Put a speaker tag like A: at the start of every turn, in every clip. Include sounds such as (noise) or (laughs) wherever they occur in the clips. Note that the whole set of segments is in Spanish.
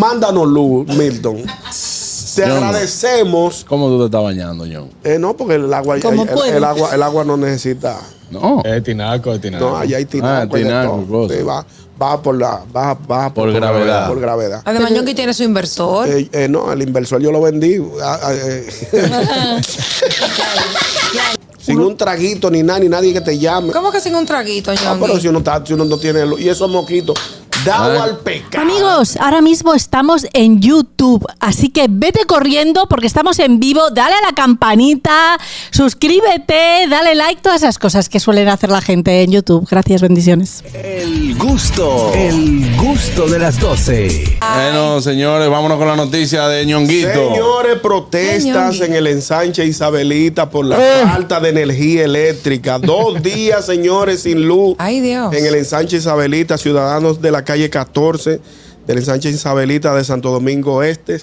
A: Mándanos luz, Milton. Te
B: John.
A: agradecemos.
B: ¿Cómo tú te estás bañando, John?
A: Eh, no, porque el agua, el,
C: Como
A: el-
C: puede.
A: el agua, el agua no necesita.
B: No.
D: Es tinaco, es tinaco.
A: No, allá hay
B: Ah,
A: tinaco. y de
B: tinaco,
A: todo.
B: cosa.
A: Sí, va, va por la, baja, baja
B: Por gravedad.
A: Por gravedad.
E: Además, Yonki tiene su inversor.
A: Eh, eh, no, el inversor yo lo vendí. ah, ah, eh.
C: (laughs)
A: Sin un traguito ni nada, ni nadie que te llame.
E: ¿Cómo que sin un traguito,
A: Ah, pero
E: Yonki?
A: si uno, está, si uno no tiene luz. Y esos moquitos, dado
B: Ah.
A: al pecado.
C: Amigos, ahora mismo estamos en YouTube, así que vete corriendo porque estamos en vivo, dale a la campanita, suscríbete, dale like, todas esas cosas que suelen hacer la gente en YouTube. Gracias, bendiciones.
F: El gusto, el gusto de las 12.
B: Bueno, señores, vámonos con la noticia de Ñonguito.
A: Señores, protestas
E: Ñongui.
A: en el ensanche Isabelita por la
B: Eh.
A: falta de energía eléctrica.
B: (laughs)
A: Dos días, señores, sin luz.
E: Ay, Dios.
A: En el ensanche Isabelita, ciudadanos de la calle 14 del ensanche Isabelita de Santo Domingo Este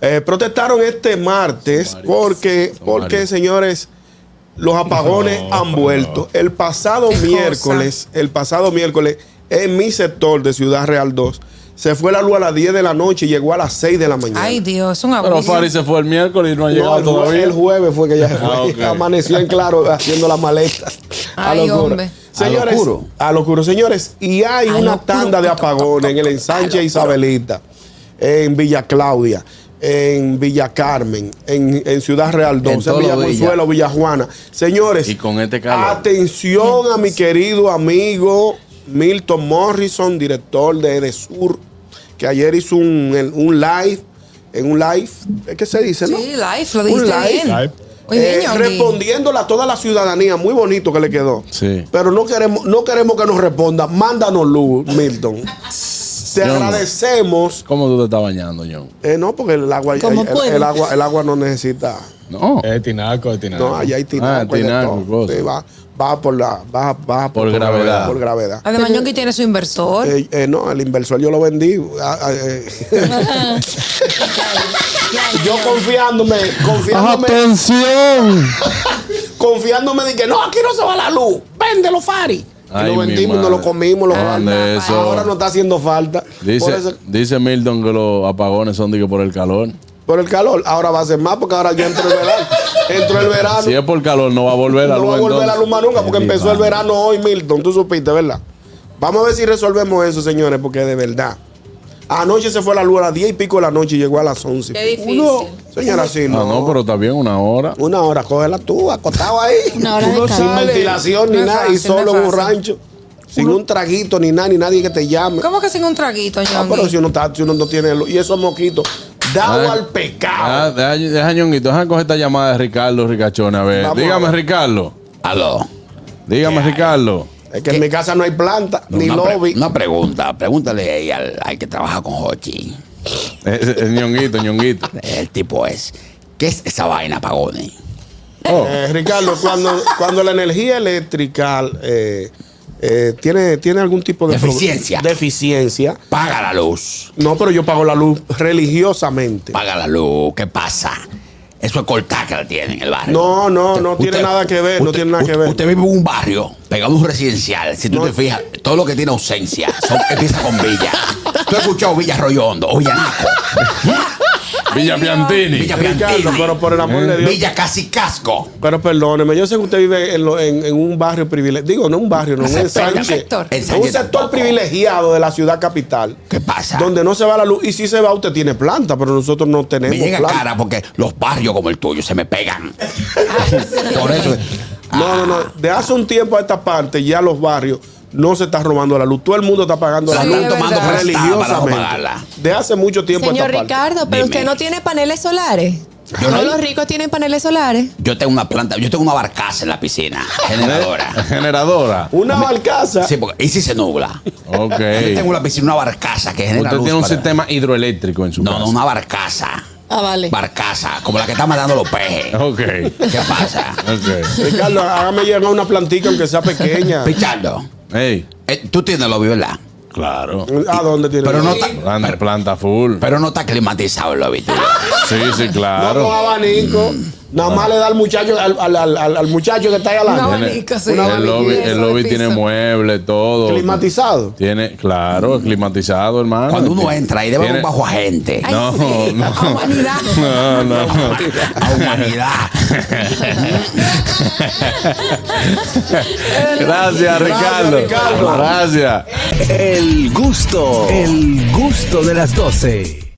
A: eh, protestaron este martes porque, porque
B: varios.
A: señores, los apagones han vuelto. El pasado
E: Qué cosa.
A: miércoles, el pasado miércoles, en mi sector de Ciudad Real 2, se fue la luz a las 10 de la noche y llegó a las 6 de la mañana.
E: Ay, Dios, un
B: Pero
E: abuso.
B: Fari se fue el miércoles y no ha
A: No,
B: llegado
A: el, jue-
B: todavía.
A: el jueves fue que (laughs) ya fue.
B: Ah, ok.
A: amaneció en claro haciendo las maletas.
E: Ay,
A: a locura.
E: hombre.
A: Señores,
F: A locuro.
A: a locuro, señores. Y hay
E: A
A: una
E: locuro.
A: tanda de apagones en el ensanche Isabelita, en Villa Claudia, en Villa Carmen, en, en Ciudad Real 12, en
B: todo
A: Villa
B: Villa.
A: Consuelo, Villa Juana. Señores,
B: Y con este calor.
A: atención a mi querido amigo Milton Morrison, director de Edesur, que ayer hizo un, un live, en un live, ¿qué se dice? no?
E: Sí, live, lo
A: Un
E: dijiste
A: live.
E: bien.
D: Live.
E: Muy bien,
A: Eh,
E: Yonki.
A: respondiéndole a toda la ciudadanía, muy bonito que le quedó.
B: Sí.
A: Pero no queremos, no queremos que nos responda. Mándanos luz, Milton. Te
B: John.
A: agradecemos.
B: ¿Cómo tú te estás bañando, John?
A: Eh, no, porque el agua, el,
C: Como
A: el-
C: puede.
A: el agua, el agua no necesita.
B: No.
D: Es tinaco, es tinaco.
A: No, allá hay tinaco,
B: Ah,
A: hay de
B: tinaco,
A: todo.
B: cosa.
A: Sí, va, va por la, baja, baja
B: Por gravedad.
A: Por gravedad.
E: Además, Yonki tiene su inversor.
A: Eh, eh, no, el inversor yo lo vendí. Ah, ah, eh. (laughs)
E: (laughs)
A: yo confiándome, confiándome,
B: ¡Atención!
A: confiándome de que no, aquí no se va la luz. Véndelo, Fari. y
B: Ay,
A: lo
B: mi
A: vendimos, nos
B: madre.
A: lo comimos, lo
B: Hablan de eso.
A: Ahora no está haciendo falta.
B: Dice,
A: Por, ese-
B: dice Milton que los apagones son de que por el calor.
A: por el calor. Ahora va a ser más porque ahora ya entró el
B: (laughs)
A: verano. entró el verano.
B: Si es por calor, no va a volver la
A: Ah, no
B: luz.
A: va a volver la
B: entonces.
A: luz más nunca porque
B: Ay, mi
A: empezó el
B: madre.
A: verano hoy, Milton. Tú supiste, ¿verdad? Vamos a ver si resolvemos eso, señores, porque de verdad. Anoche se fue la luz a las 10 y pico de la noche y llegó a las 11.
E: Qué difícil.
A: Señora, sí,
B: Ah,
A: no.
B: no, pero está bien, una hora.
A: Una hora, cógela tú, acostado ahí.
C: Una hora de
A: Uno sin
C: calor.
A: ventilación ni
E: No es
A: nada, y
E: fácil, no es
A: solo en un
E: fácil.
A: rancho. Sin un traguito ni nada, ni nadie que te llame.
E: ¿Cómo que sin un traguito,
A: Ah, pero si
E: Yonki?
A: uno, está, si uno no tiene luz. Y esos moquitos, dado
B: Ah,
A: al pecado.
B: Ah, deja, deja, Ñonguito, deja coger esta llamada de Ricardo Ricachona. A ver,
A: Vamos
B: dígame,
A: a ver.
B: Ricardo. Aló. Dígame, Ricardo.
A: es que en mi casa no hay planta, ni
G: una pre-
A: lobby.
G: una pregunta, pregúntale ahí al, al que trabaja con Hochi.
B: Eh, eh, eh, Ñonguito, Ñonguito.
G: El tipo es, ¿qué es esa vaina, Pagone?
B: Oh,
A: Eh, Ricardo, cuando, cuando la energía eléctrica eh, eh, tiene, tiene algún tipo de pro-
G: Deficiencia.
A: deficiencia.
G: Paga la luz,
A: No, pero yo pago la luz religiosamente.
G: paga la luz, ¿qué pasa? Eso es cortar que la tienen en el barrio.
A: No, no, no
G: Usted-
A: tiene nada que ver, no tiene nada que ver.
G: Usted vive en un barrio, pegado a un residencial. Si tú
A: No.
G: te fijas, todo lo que tiene ausencia son- empieza con Villa. ¿Tú has escuchado Villa Royondo, o
A: (laughs)
G: Villa Naco,
B: Villa Piantini.
G: Villa
A: Ricardo,
G: Piantini,
A: pero por el amor de Dios.
G: Villa Casi Casco?
A: Pero perdóneme, yo sé que usted vive en, lo- en- en un barrio privilegiado. Digo, no un barrio, no un ensanche.
G: Un
E: sector.
A: En un sector privilegiado de la ciudad capital.
G: ¿Qué pasa?
A: Donde no se va la luz. Y si se va, usted tiene planta, pero nosotros no tenemos
G: Me llega
A: planta.
G: cara porque los barrios como el tuyo se me
H: (laughs)
G: pegan. Por eso.
A: No, no, no.
G: Ah.
A: De hace un tiempo a esta parte, ya los barrios no se está robando la luz. Todo el mundo está pagando
G: Se
A: la
G: la
A: luz
E: están tomando
A: verdad.
G: prestada para no
A: religiosamente.
G: pagarla.
A: De hace mucho tiempo a
H: Señor
A: esta parte.
H: Ricardo, pero
G: Dime.
H: usted no tiene paneles solares.
G: Yo no-
H: Todos los ricos tienen paneles solares.
G: Yo tengo una planta, yo tengo una barcaza en la
H: (laughs)
G: piscina, generadora.
B: ¿Eh? Generadora.
A: Una barcaza.
G: Sí, porque, ¿y si se nubla?
B: Ok.
G: Yo tengo una piscina, una barcaza que genera
B: Usted
G: luz
B: tiene un
G: para-
B: sistema hidroeléctrico en su
G: No,
B: casa.
G: no, una barcaza.
C: Ah, vale.
G: Barcaza, como la que está matando los pejes.
B: Ok.
G: ¿Qué pasa?
B: Ok.
A: Ricardo, hágame llegar una plantica aunque sea pequeña.
G: Pichardo,
B: Hey.
G: eh, tú tienes lobby, ¿verdad?
B: Claro.
A: ¿A dónde tiene?
G: Pero no
A: luz?
G: está,
B: Planta, planta full. Ah,
G: pero no está climatizado el lobby. tuyo.
B: Sí, sí,
A: No
B: claro.
A: con abanico. Nada más le da al muchacho, al, al- al- al- al muchacho que está ahí
E: No,
A: adelante.
B: Tiene-
E: marico, sí.
A: Una
B: el lobby,
E: Eso
B: el
E: de
B: lobby
E: piso.
B: tiene muebles, todo.
A: Climatizado.
B: Tiene, claro, climatizado, hermano.
G: Mm. Cuando uno
B: Tiene-
G: entra y debe haber
B: tiene-
G: un bajo agente.
E: Ay,
B: No,
E: sí,
B: no.
E: a humanidad.
B: (laughs) No, (laughs)
E: (laughs)
B: no.
G: (laughs) A humanidad.
B: Gracias, Ricardo.
A: Ricardo.
B: Gracias.
F: El gusto, el gusto de las 12.